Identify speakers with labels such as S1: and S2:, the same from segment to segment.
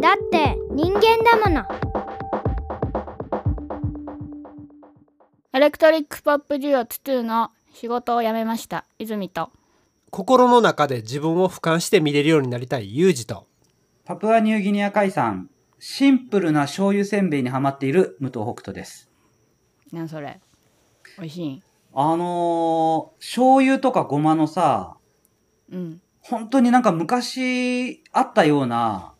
S1: だって人間だもの
S2: エレクトリックポップデュオ2の仕事を辞めました泉と
S3: 心の中で自分を俯瞰して見れるようになりたいユージと
S4: パプアニューギニア海産、シンプルな醤油せんべいにハマっている武藤北斗です。
S2: なんそれ美味しい
S4: あのー、醤油とかごまのさ、
S2: うん、
S4: 本当になんか昔あったような、
S2: うん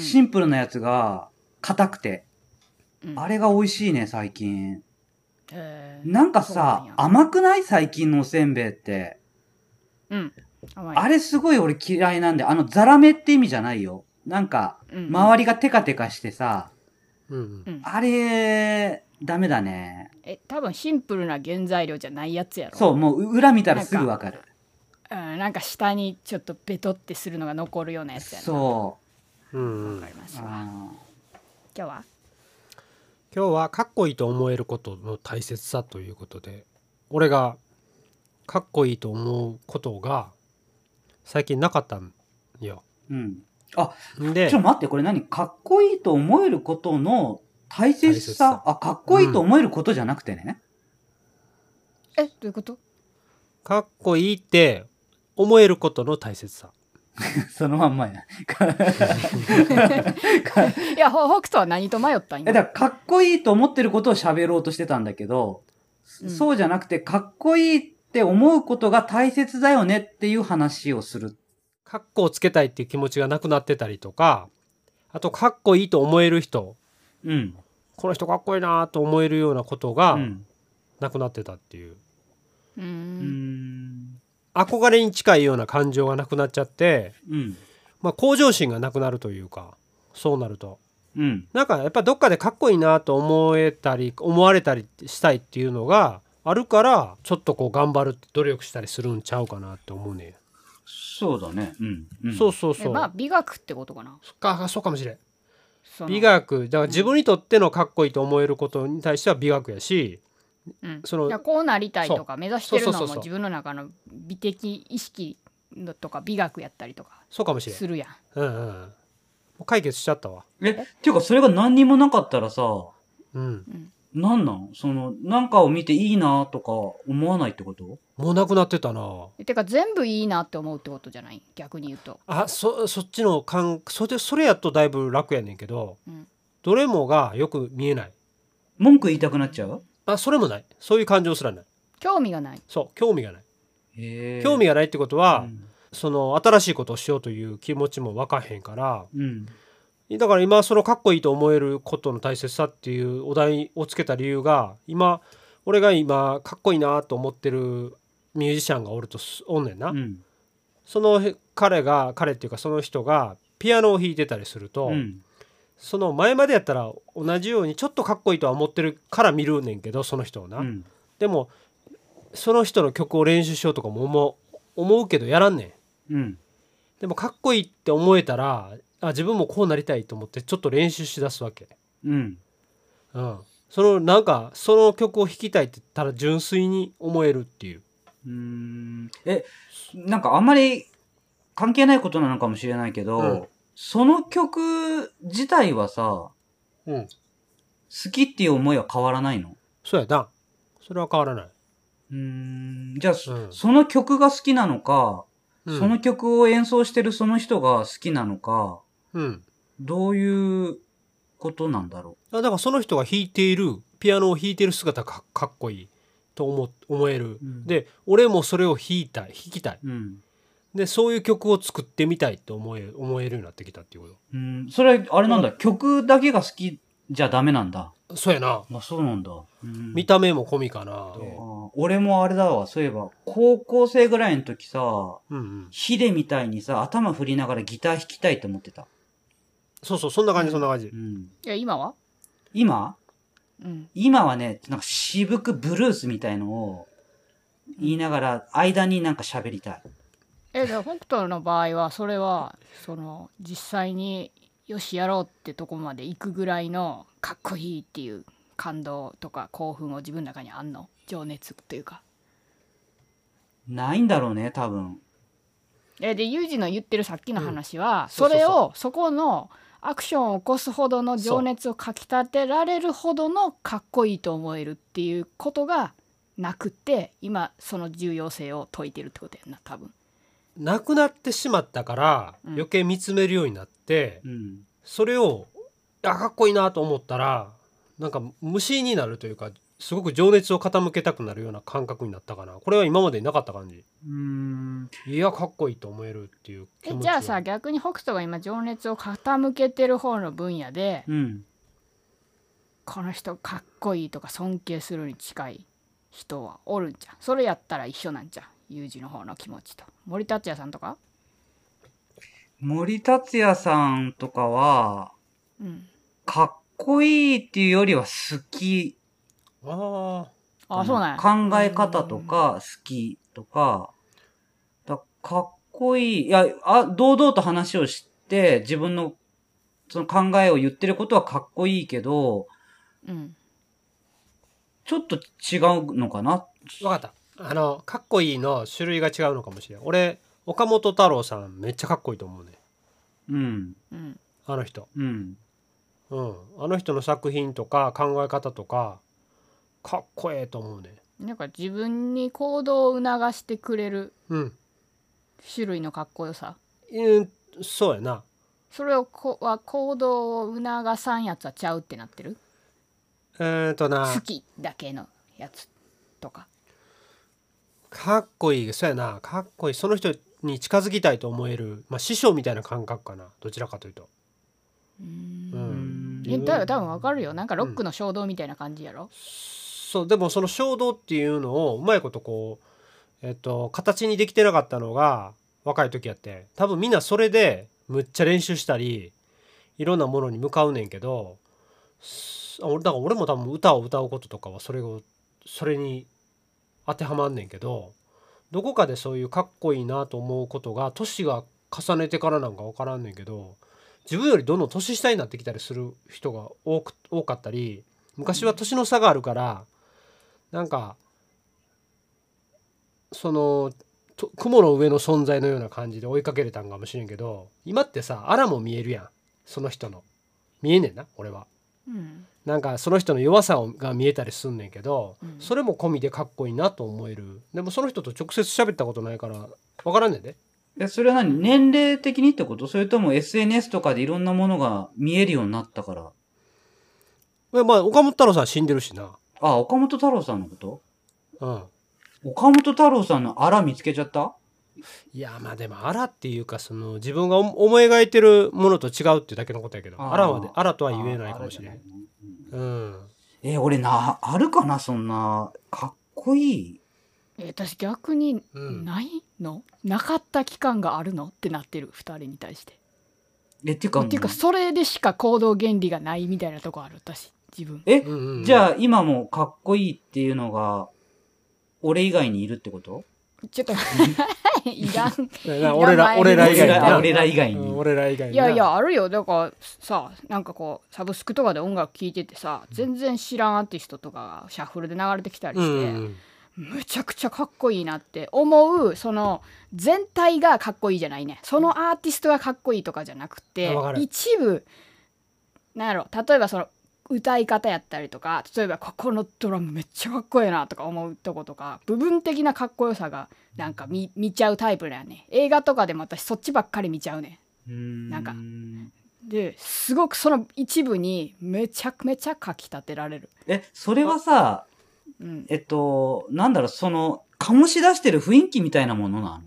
S4: シンプルなやつが硬くて、
S2: うん
S4: あれが美味しいね、最近。
S2: へー
S4: なんか
S2: そうなん
S4: さ
S2: や、
S4: 甘くない最近のおせんべいって。
S2: うん甘い
S4: あれすごい俺嫌いなんで、あの、ザラメって意味じゃないよ。なんか、
S2: うん
S4: 周りがテカテカしてさ、
S3: うん
S2: うん
S4: あれ、ダメだね。
S2: え多分シンプルな原材料じゃないやつやろ
S4: そう、もう裏見たらすぐわかる。
S2: うん、なんか下にちょっとベトってするのが残るようなやつやな
S4: そ
S3: うんうん
S2: わかりま
S4: う。
S2: すわ
S4: あ
S2: 今日は
S3: 今日はかっこいいと思えることの大切さということで俺がかっこいいと思うことが最近なかったんよ。
S4: ーうん。ちょ
S3: で
S4: っと待って、これ何かっこいいと思えることの大切さ
S3: 大切さ
S4: あ、かっこいいと思えることじゃなくてね。
S2: えどういうこと
S3: かっこいいって思えることの大切さ。
S4: そのまんまや。かか
S2: いやほ北斗は何と迷ったん
S4: え、だ
S2: や
S4: からかっこいいと思ってることを喋ろうとしてたんだけど、
S2: うん
S4: そうじゃなくて、かっこいいって思うことが大切だよねっていう話をする。
S3: かっこをつけたいっていう気持ちがなくなってたりとかあとかっこいいと思える人
S4: うん。
S3: この人かっこいいなと思えるようなことが
S4: うん。
S3: なくなってたっていう、
S2: うー
S4: うんん。
S3: 憧れに近いような感情がなくなっちゃって、
S4: うん。
S3: まあ、向上心がなくなるというかそうなると
S4: うん。
S3: なんかやっぱどっかでかっこいいなと思えたり思われたりしたいっていうのがあるからちょっとこう頑張る努力したりするんちゃうかなって思うね、
S4: そうだね。うん。うん、
S3: そうそう
S2: え
S3: そう、
S2: まあ美学ってことかな
S3: そっかそうかもしれん
S2: その
S3: 美学だから自分にとってのかっこいいと思えることに対しては美学やし
S2: うん
S3: その
S2: いやこうなりたいとか目指してるの
S3: そうそう
S2: はもう
S3: そうそう
S2: 自分の中の美的意識のとか美学やったりとか
S3: そうかもしれん
S2: するやん
S3: うんうんもう解決しちゃったわ
S4: え、っていうか、それが何にもなかったらさ、
S3: うん
S4: なんなんその、なんかを見ていいなとか思わないってこと
S3: もうなくなってたな
S2: えてか全部いいなって思うってことじゃない逆に言うと
S3: あそそっちの感それそれやとだいぶ楽やねんけど、
S2: うん
S3: どれもがよく見えない
S4: 文句言いたくなっちゃう
S3: あそれもないそういう感情すらない
S2: 興味がない
S3: そう興味がない
S4: へー
S3: 興味がないってことは、
S4: うん
S3: その新しいことをしようという気持ちも湧かへんから
S4: うん。
S3: だから今そのかっこいいと思えることの大切さっていうお題をつけた理由が今俺が今かっこいいなと思ってるミュージシャンがおるとすおんねんな、
S4: うん。
S3: その彼が彼っていうかその人がピアノを弾いてたりすると、
S4: うん。
S3: その前までやったら同じようにちょっとかっこいいとは思ってるから見るねんけどその人をな、
S4: うん。
S3: でもその人の曲を練習しようとかも思う思うけどやらんねん
S4: うん。
S3: でもかっこいいって思えたらあ自分もこうなりたいと思ってちょっと練習しだすわけ、
S4: うん。
S3: うん、そのなんかその曲を弾きたいって言ったら純粋に思えるっていう
S4: うーんえ、なんかあんまり関係ないことなのかもしれないけど、
S3: うん
S4: その曲自体はさ、
S3: うん
S4: 好きっていう思いは変わらないの
S3: そうやなそれは変わらない、
S4: うーん。じゃあ、そ
S3: うん
S4: その曲が好きなのか、
S3: うん、
S4: その曲を演奏してるその人が好きなのか、
S3: うん
S4: どういうことなんだろ
S3: あだからその人が弾いているピアノを弾いている姿がかかっこいいと思思える、
S4: うん
S3: で俺もそれを弾いたい弾きたいう
S4: うん。
S3: でそういう曲を作ってみたいと思え思えるようになってきたっていうこ
S4: うん、それ、あれなんだ、曲だけが好きじゃダメなんだ。
S3: とそうやな
S4: あ、そうなんだ。うん
S3: 見た目も込みかな、
S4: あー俺もあれだわ、そういえば、高校生ぐらいの時さ、
S3: うんうん、
S4: ヒデみたいにさ、頭振りながらギター弾きたいと思ってた。
S3: そうそうそんな感じそんな感じ、
S4: うん、
S2: いや今は
S4: 今
S2: うん
S4: 今はね、なんか渋くブルースみたいのを言いながら、間になんか喋りたい。
S2: えじゃあ北斗の場合はそれはその実際によしやろうってとこまで行くぐらいのかっこいいっていう感動とか興奮を自分の中にあんの情熱というか
S4: ないんだろうね、多分。
S2: えでユージの言ってるさっきの話は、
S3: そ
S2: そ
S3: うそうそう
S2: れをそこのアクションを起こすほどの情熱をかきたてられるほどのかっこいいと思えるっていうことがなくって今その重要性を解いてるってことやんな多分
S3: なくなってしまったから
S2: うん
S3: 余計見つめるようになって、
S4: うん。
S3: それをあかっこいいなと思ったらなんか無心になるというかすごく情熱を傾けたくなるような感覚になったかなこれは今までになかった感じ
S4: うん。
S3: いやかっこいいと思えるっていう気
S2: え
S3: 持ち
S2: じゃあさ
S3: は
S2: 逆に北斗が今情熱を傾けてる方の分野で
S4: うん。
S2: この人かっこいいとか尊敬するに近い人はおるんじゃんそれやったら一緒なんじゃんユージの方の気持ちと森達也さんとか
S4: 森達也さんとかは、
S2: うん
S4: かっこいいっていうよりは好き。
S3: ああ
S2: あそうなんや
S4: 考え方とか、好きとか、だかっこいい。いやあ、堂々と話をして、自分の、その考えを言ってることはかっこいいけど、
S2: うん
S4: ちょっと違うのかな。
S3: わかったあのかっこいいの種類が違うのかもしれない俺岡本太郎さんめっちゃかっこいいと思うね
S4: うん、
S2: うん
S3: あの人
S4: うん、
S3: うんあの人の作品とか考え方とかかっこええと思うね
S2: なんか自分に行動を促してくれる
S3: うん
S2: 種類のかっこよさ
S3: うんそうやな
S2: それをこは行動を促さんやつはちゃうってなってる
S3: えー、とな
S2: 好きだけのやつとか
S3: かっこいいそうやなかっこいいその人に近づきたいと思える、まあ、師匠みたいな感覚かなどちらかというと
S2: うー
S3: うんん
S2: えだ多分わかるよなんかロックの衝動みたいな感じやろ、
S3: そうでもその衝動っていうのをうまいことこうえっと形にできてなかったのが若い時やって多分みんなそれでむっちゃ練習したりいろんなものに向かうねんけどすあ俺だから俺も多分歌を歌うこととかはそれをそれに当てはまんねんけどどこかでそういうかっこいいなと思うことが年が重ねてからなんか分からんねんけど自分よりどんどん年下になってきたりする人が多く多かったり昔は年の差があるからなんかそのと雲の上の存在のような感じで追いかけれたんかもしれんけど今ってさあらも見えるやんその人の見えんねんな俺は。
S2: うん
S3: なんかその人の弱さをが見えたりすんねんけど、
S2: うん
S3: それも込みでかっこいいなと思えるでもその人と直接喋ったことないからわからんねんで
S4: え、それは何年齢的にってことそれとも SNS とかでいろんなものが見えるようになったから。
S3: まあまあ岡本太郎さん死んでるしな
S4: あ、岡本太郎さんのこと
S3: うん
S4: 岡本太郎さんのあら見つけちゃった
S3: いやまあでもアラっていうかその自分が思思い描いてるものと違うっていうだけのことやけど
S4: あー
S3: アラはでアラとは言えないかもしれ
S4: ああ
S3: ん
S4: じゃないの
S3: うん
S4: え、俺な、あるかなそんな、かっこいい。
S2: え私逆に
S3: うん
S2: ないの、なかった期間があるのってなってる2人に対して
S4: え、っていうか、
S2: っていうかそれでしか行動原理がないみたいなとこある私自分
S4: え、
S3: うんうんうん
S4: じゃあ今もかっこいいっていうのが、俺以外にいるってこと
S2: ちょっと いらん
S3: なな俺ら俺ら以外に
S4: あ
S3: な
S4: 俺ら以外
S3: うん
S4: に。
S3: 俺ら以外に
S2: い
S3: な
S2: やいやあるよだからさなんかこうサブスクとかで音楽聴いててさ全然知らんアーティストとかがシャッフルで流れてきたり
S3: う
S2: して、
S3: ん
S2: むちゃくちゃかっこいいなって思うその全体がかっこいいじゃないねそのアーティストがかっこいいとかじゃなくて
S3: あわかる
S2: 一部なんやろ例えばその歌い方やったりとか例えばここのドラムめっちゃかっこいいなとか思うとことか部分的なかっこよさがなんか見見ちゃうタイプだよね映画とかでも私そっちばっかり見ちゃうね
S4: なん
S2: かですごくその一部にめちゃめちゃかきたてられる、
S4: え、それはさ、
S2: うん、
S4: えっと、なんだろう、その、醸し出してる雰囲気みたいなものな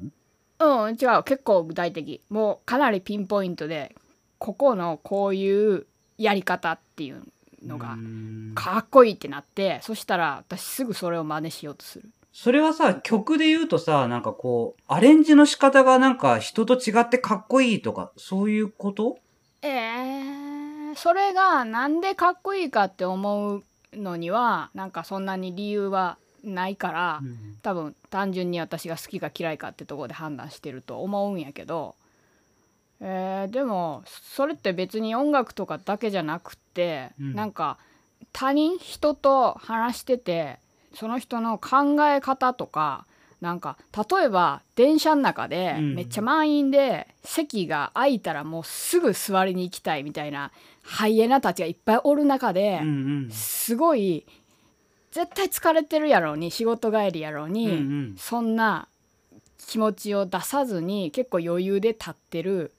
S4: の
S2: うん違う結構具体的もうかなりピンポイントでここのこういうやり方っていうの
S4: う
S2: が
S4: ーん
S2: かっこいいってなってそしたら私すぐそれを真似しようとする
S4: それはさ、曲で言うとさ、なんかこう、アレンジの仕方がなんか人と違ってかっこいいとか、そういうこと
S2: えー、それがなんでかっこいいかって思うのにはなんかそんなに理由はないから、多分単純に私が好きか嫌いかってところで判断してると思うんやけど、えーでもそれって別に音楽とかだけじゃなくって、
S4: うん
S2: なんか他人人と話しててその人の考え方とかなんか例えば電車の中で
S4: うん
S2: めっちゃ満員で、席が空いたらもうすぐ座りに行きたいみたいなハイエナたちがいっぱいおる中で、
S4: うんうん。
S2: すごい絶対疲れてるやろうに仕事帰りやろう
S4: う
S2: に、
S4: んうん。
S2: そんな気持ちを出さずに結構余裕で立ってる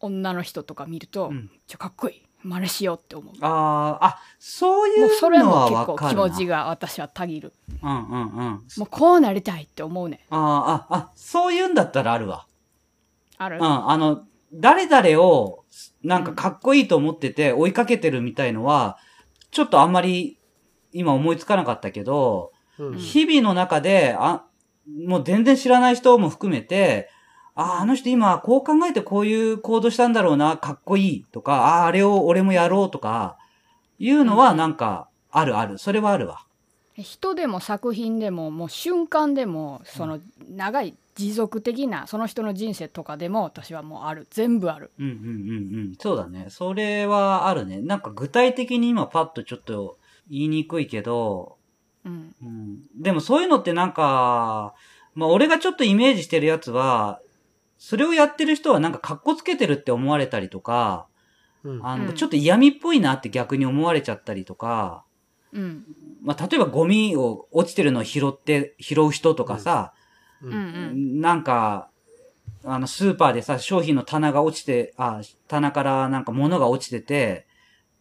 S2: 女の人とか見ると、
S4: うん
S2: ちょかっこいい真似しようって思う。
S4: ああ、あ、そうい
S2: もうそうれ
S4: の
S2: も
S4: は
S2: 結
S4: わ
S2: 構
S4: か
S2: 気
S4: るな。
S2: 持ちが私はたぎる
S4: うんうんうん。
S2: もうこうなりたいって思うね
S4: あーあ、あ、そういうんだったらあるわ。
S2: ある
S4: うん、あの、誰々を、なんかかっこいいと思ってて追いかけてるみたいのは、ちょっとあんまり今思いつかなかったけど、
S3: うん
S2: ん
S4: 日々の中で、あ、もう全然知らない人も含めて、あ、あの人今こう考えてこういう行動したんだろうな、かっこいいとか、あ、あれを俺もやろうとか、いうのはなんか、あるある。それはあるわ。
S2: 人でも作品でももう瞬間でもその長い持続的なその人の人生とかでも私はもうある全部ある
S4: うんうんうんうん。そうだね。それはあるね。なんか具体的に今パッとちょっと言いにくいけど、
S2: うん
S4: うん、でもそういうのってなんか、まあ俺がちょっとイメージしてるやつは、それをやってる人はなんか格好つけてるって思われたりとか、
S3: うん
S4: あ
S2: う
S4: の、
S2: ん
S4: ちょっと嫌味っぽいなって逆に思われちゃったりとか、
S2: うん
S4: まあ例えばゴミを落ちてるのを拾って、拾う人とかさ、
S2: うんうん
S4: なんか、あの、スーパーでさ、商品の棚が落ちて、あ、棚からなんか物が落ちてて、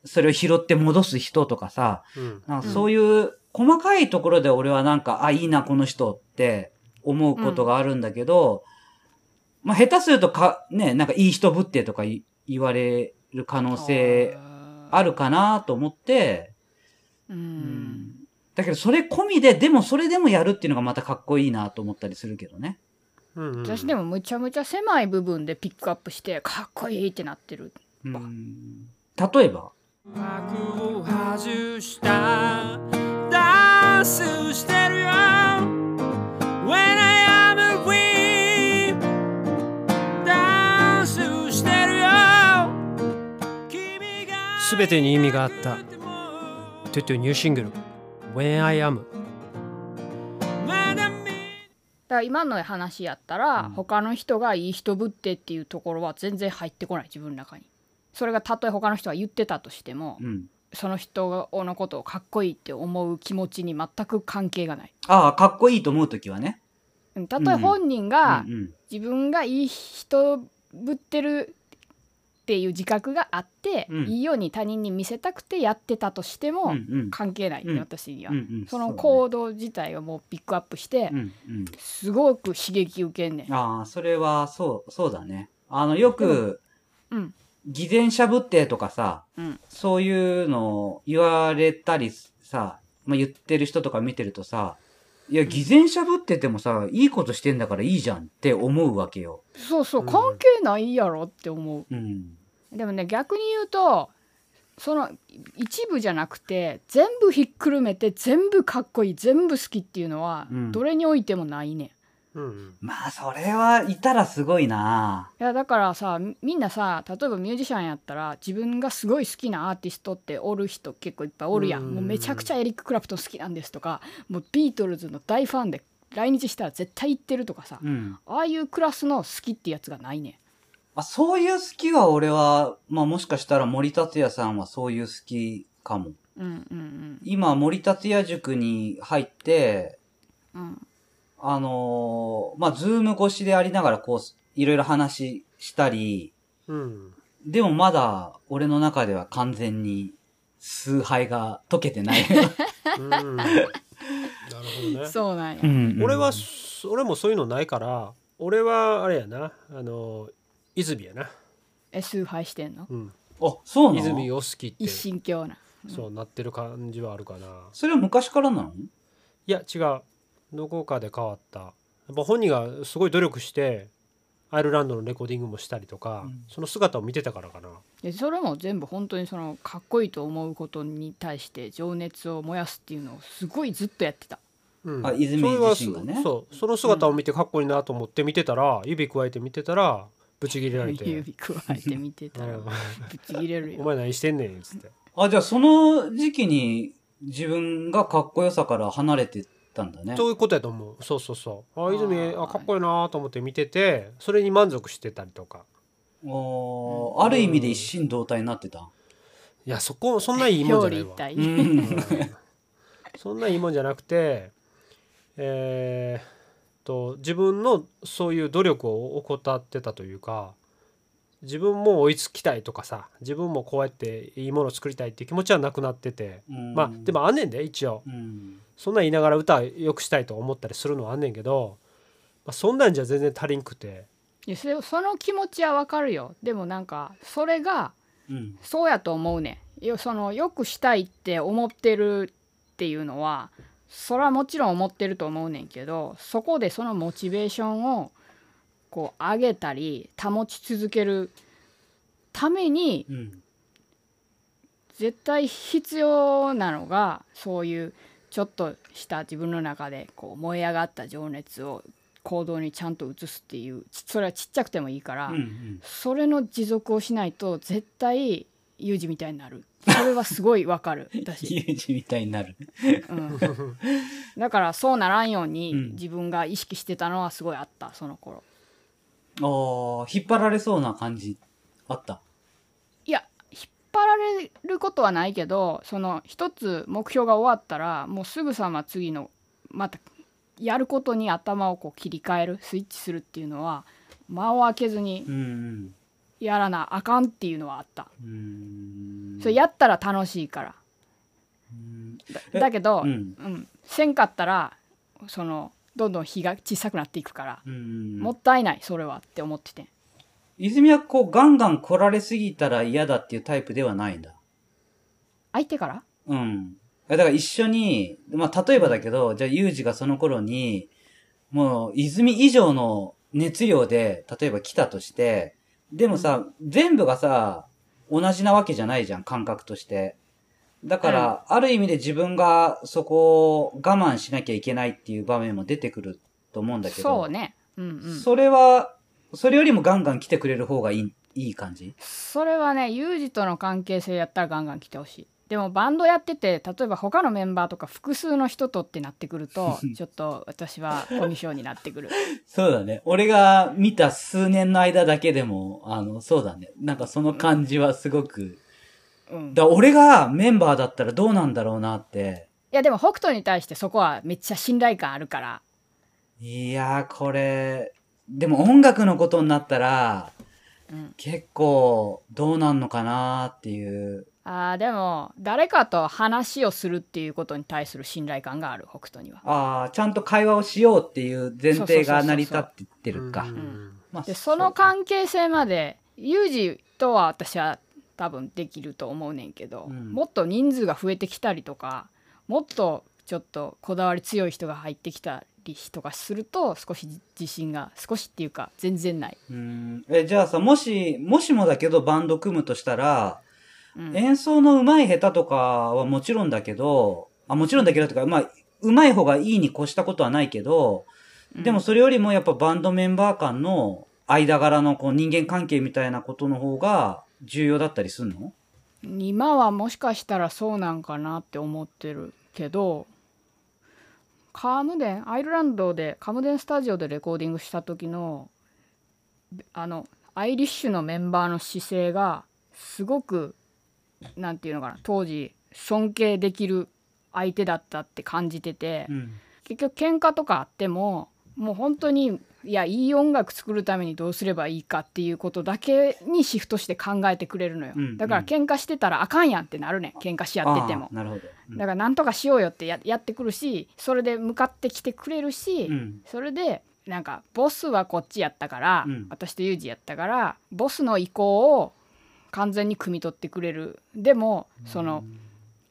S4: それを拾って戻す人とかさ、
S3: うん
S4: なんかそういう細かいところで俺はなんか、あ、いいな、この人って思うことがあるんだけど、まあ下手するとか、ね、なんかいい人ぶってとかい言われる可能性あるかなと思って、
S2: う
S4: うんだけどそれ込みで、でもそれでもやるっていうのがまたかっこいいなと思ったりするけどね。
S3: うんうん
S2: 私でもむちゃむちゃ狭い部分でピックアップしてかっこいいってなってる
S4: うん例えば、
S5: 幕を外したダンスしてるよ When I am a we ダンスしてるよ君が
S3: 全てに意味があったトゥトゥニューシングル「When I Am
S5: まだ見
S2: だから今の話やったら、
S4: うん
S2: 他の人がいい人ぶってっていうところは全然入ってこない自分の中にそれがたとえ他の人が言ってたとしても、
S4: うん。
S2: その人のことをかっこいいって思う気持ちに全く関係がない
S4: ああ、かっこいいと思うときはね。
S2: うんたとえ本人が
S4: うんうん
S2: 自分がいい人ぶってるっていう自覚があって、
S4: うん
S2: いいように他人に見せたくてやってたとしても、
S4: うんうん
S2: 関係ないね、
S4: うん
S2: 私には、
S4: うんうん
S2: その
S4: そ
S2: 行動自体をもうピックアップして、
S4: うねうんうん
S2: すごく刺激受けんねん
S4: ああ、それは、そう、そうだね。あの、よく、
S2: うん
S4: 偽善者ぶってとかさ、
S2: うん
S4: そういうの言われたりさ、まあ、言ってる人とか見てるとさ、いや、偽善者ぶっててもさ、いいことしてんだからいいじゃんって思うわけよ。
S2: そうそううん関係ないやろって思う、
S4: うん。
S2: でもね逆に言うとその一部じゃなくて全部ひっくるめて全部かっこいい全部好きっていうのは、
S4: うん
S2: どれにおいてもないねんい」
S3: うん
S4: まあ、それはいたらすごいな
S2: やだからさみみんなさ例えばミュージシャンやったら自分がすごい好きなアーティストっておる人結構いっぱいおるやん、
S3: うん
S2: もうめちゃくちゃエリック・クラプトン好きなんですとかもうビートルズの大ファンで来日したら絶対行ってるとかさ、
S4: うん。
S2: ああいうクラスの好きってやつがないねん
S4: あ、そういう好きは俺は、まあ、もしかしたら森達也さんはそういう好きかも。
S2: うんうん
S4: 今、森達也塾に入って、
S2: うんうん
S4: あのーまあ、ズーム越しでありながら、こう、いろいろ話したり、
S3: うん
S4: でもまだ、俺の中では完全に、崇拝が解けてない。
S3: うんなるほどね
S2: そうなんや、
S3: 俺はそ俺もそういうのないから俺はあれやなあの泉やな、
S2: え崇拝してんの
S3: うん、
S4: あ、そうな
S3: 泉
S4: の
S3: を好きって
S2: 一心教な
S3: そうなってる感じはあるかな
S4: それは昔からなの
S3: いや違うどこかで変わったやっぱ本人がすごい努力してアイルランドのレコーディングもしたりとか、
S4: うん
S3: その姿を見てたからかな
S2: でそれも全部本当にそのかっこいいと思うことに対して情熱を燃やすっていうのをすごいずっとやってた
S3: うん
S4: あ泉
S3: それは
S4: 自身がね
S3: そうその姿を見てかっこいいなと思って見てたら、指加えて見てたらブチギレられて
S2: 指加えて見てたら
S3: うん
S2: ぶち切れる
S3: お
S2: よ
S3: 前何してんねん」っつって
S4: あ、じゃあその時期に、自分がかっこよさから離れてったんだね。
S3: そういうことやと思うそうそうそうあ泉あかっこいいなと思って見ててそれに満足してたりとか
S4: おーある意味で一心同体になってた。
S3: いやそこそんないいもんじ
S2: 表裏
S3: ゃない
S2: 一
S3: わ
S2: 体、
S4: うん。
S3: そんないいもんじゃなくてえー、と自分のそういう努力を怠ってたというか自分も追いつきたいとかさ自分もこうやっていいものを作りたいっていう気持ちはなくなってて まあでもあんねんで一応
S4: うん、
S3: そんなん言いながら歌よくしたいと思ったりするのはあんねんけど、まあ、そんなんじゃ全然足りんくて
S2: いやそその気持ちはわかるよでもなんかそれが
S4: うん。
S2: そうやと思うねんよそのよくしたいって思ってるっていうのはそれはもちろん思ってると思うねんけどそこでそのモチベーションをこう上げたり保ち続けるために
S4: うん。
S2: 絶対必要なのがそういうちょっとした自分の中でこう燃え上がった情熱を行動にちゃんと移すっていうちそれはちっちゃくてもいいから、
S4: うん。
S2: それの持続をしないと絶対ユージみたいになるそれはすごいわかる私、
S4: ユージみたいになる。
S2: うん、だからそうならんように
S4: うん
S2: 自分が意識してたのはすごいあったその頃
S4: ああ、引っ張られそうな感じあった。
S2: いや引っ張られることはないけどその一つ目標が終わったらもうすぐさま次のまたやることに頭をこう切り替えるスイッチするっていうのは間を空けずに
S4: うん。
S2: やらなあかんっていうのはあった、
S4: うん。
S2: それやったら楽しいから
S4: うん、え
S2: だだけど、
S4: うん。
S2: うん、せんかったらそのどんどん日が小さくなっていくから、
S4: うん。
S2: もったいないそれはって思っててん
S4: 泉はこう、ガンガン来られすぎたら嫌だっていうタイプではないんだ。
S2: 相手から
S4: うん。だから一緒に、まあ、例えばだけど、じゃあ、ユージがその頃に、もう、泉以上の熱量で、例えば来たとして、でもさ、全部がさ、同じなわけじゃないじゃん、感覚として。だから、ある意味で自分がそこを我慢しなきゃいけないっていう場面も出てくると思うんだけど。
S2: そうねうんうん
S4: それは、それよりもガンガン来てくれる方がいい、いい感じ
S2: それはねユージとの関係性やったらガンガン来てほしいでもバンドやってて例えば他のメンバーとか複数の人とってなってくるとちょっと私はコミュ障になってくる
S4: そうだね。俺が見た数年の間だけでも、あの、そうだね。なんかその感じはすごく。
S2: うん
S4: だ俺がメンバーだったらどうなんだろうなって。
S2: いやでも北斗に対してそこはめっちゃ信頼感あるから
S4: いやー、これ、でも音楽のことになったら、
S2: うん
S4: 結構どうなんのかなーっていう。
S2: あーでも誰かと話をするっていうことに対する信頼感がある北斗には
S4: ああ、ちゃんと会話をしようっていう前提が成り立ってってるか
S3: う。ん
S4: まあ
S2: でその関係性までユージとは私は多分できると思うねんけど、
S4: うん
S2: もっと人数が増えてきたりとかもっとちょっとこだわり強い人が入ってきたりとかすると少し自信が少しっていうか全然ない、
S4: うんえ、じゃあさ、もし、もしもだけどバンド組むとしたら、
S2: うん
S4: 演奏の上手い下手とかはもちろんだけど、あ、もちろんだけどとか、まあ、上手い方がいいに越したことはないけど、でもそれよりもやっぱバンドメンバー間の間柄のこう人間関係みたいなことの方が重要だったりすんの
S2: 今はもしかしたらそうなんかなって思ってるけどカムデンアイルランドでカムデンスタジオでレコーディングした時のあのアイリッシュのメンバーの姿勢がすごくなんていうのかな当時尊敬できる相手だったって感じてて、
S4: うん。
S2: 結局喧嘩とかあってももう本当にいやいい音楽作るためにどうすればいいかっていうことだけにシフトして考えてくれるのよ、
S4: うんうん
S2: だから喧嘩してたらあかんやんってなるねん喧嘩し合ってて
S4: あ
S2: も
S4: ーなるほど。うん
S2: だからなんとかしようよってややってくるしそれで向かってきてくれるし、
S4: うん。
S2: それでなんかボスはこっちやったから、
S4: うん
S2: 私とユージやったからボスの意向を完全に汲み取ってくれるでもその、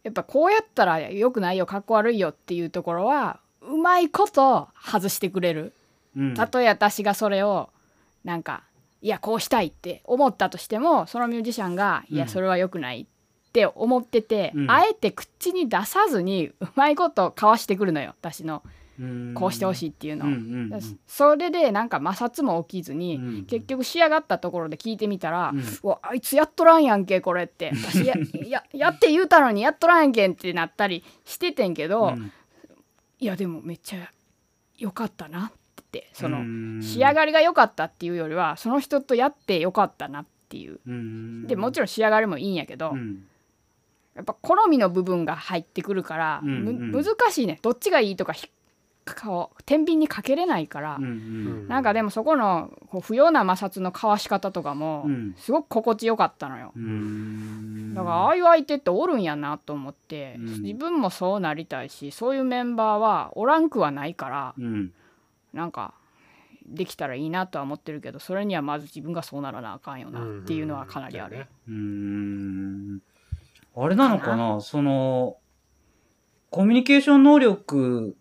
S2: やっぱこうやったら良くないよかっこ悪いよっていうところはうまいこと外してくれる。
S4: うん。
S2: たとえ私がそれをなんかいやこうしたいって思ったとしてもそのミュージシャンがい
S4: うん
S2: やそれは良くないって思ってて、
S4: うん
S2: あえて口に出さずにうまいことかわしてくるのよ私のこうしてほ
S4: い
S2: しいっていうの
S4: う
S2: を
S4: ん。うん
S2: だからそれでなんか摩擦も起きずに、
S4: うん
S2: 結局仕上がったところで聞いてみたら「
S4: うん
S2: うわあいつやっとらんやんけこれ」 って「私やややって言うたのにやっとらんやんけん」ってなったりしててんけど、
S4: うん
S2: いやでもめっちゃ良かったなってそうの
S4: ん
S2: 仕上がりが良かったっていうよりはその人とやって良かったなっていう
S4: うん
S2: でもちろん仕上がりもいいんやけど、
S4: うん
S2: やっぱ好みの部分が入ってくるから、
S4: うんうん
S2: む難しいねどっちがいいとかひこう天秤にかけれないから、
S4: うんうん
S2: なんかでもそこのこう不要な摩擦のかわし方とかも、
S4: うん
S2: すごく心地よかったのよ。
S4: うん
S2: だからああいう相手っておるんやなと思って、
S4: うん
S2: 自分もそうなりたいしそういうメンバーはおらんくはないから
S4: うん
S2: なんかできたらいいなとは思ってるけどそれにはまず自分がそうならなあかんよなっていうのはかなりある。
S4: うーんあれなのかなその、コミュニケーション能力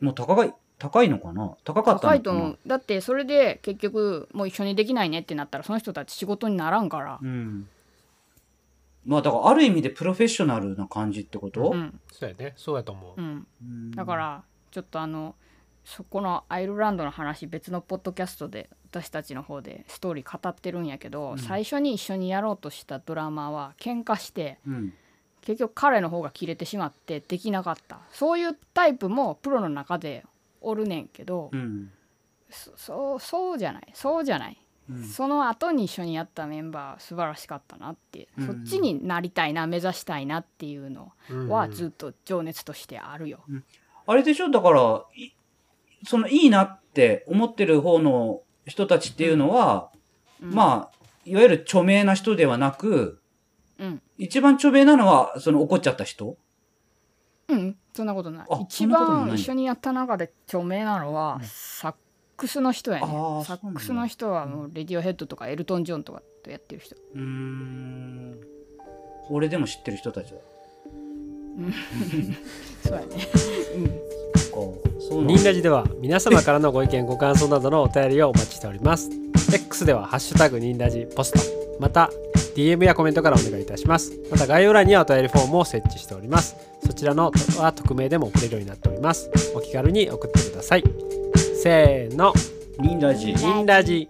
S4: も高い、高いのかな高かったのかな
S2: 高いと思うだってそれで結局もう一緒にできないねってなったらその人たち仕事にならんから、
S4: うん。まあだからある意味でプロフェッショナルな感じってこと、
S2: うん
S3: そうやねそうやと思う、
S2: うん、
S4: うん
S2: だか、らちょっとあのそこのアイルランドの話別のポッドキャストで私たちの方でストーリー語ってるんやけど、
S4: うん
S2: 最初に一緒にやろうとしたドラマーは喧嘩して
S4: うん。
S2: 結局彼の方が切れてしまってできなかったそういうタイプもプロの中でおるねんけど、
S4: うん。
S2: そそうそうじゃないそうじゃない
S4: うん
S2: その後に一緒にやったメンバー素晴らしかったなって、
S4: うん
S2: そっちになりたいな目指したいなっていうの
S3: うん
S2: はずっと情熱としてあるよ。
S4: あれでしょだから、いそのいいなって思ってる方の人たちっていうのは、まあ、いわゆる著名な人ではなく、
S2: あ、うん、
S4: 一番著名なのは、その怒っちゃった人
S2: うん、そんなことない
S4: あ。
S2: 一
S4: そんなこと
S2: 番
S4: ない
S2: 一緒にやった中で著名なのは、サックスの人やね
S4: あー。
S2: サックスの人はもうレディオヘッドとかエルトンジョンとかとやってる人。
S4: うーん。俺でも知ってる人たちだ。
S2: そうやね。
S4: そっかそうなんだ
S3: ニンラジでは皆様からのご意見ご感想などのお便りをお待ちしております X では「ハッシュタグニンラジポスト」また DM やコメントからお願いいたしますまた概要欄にはお便りフォームを設置しておりますそちらのは匿名でも送れるようになっておりますお気軽に送ってくださいせーの
S4: ニンラジ。
S3: ニンラジ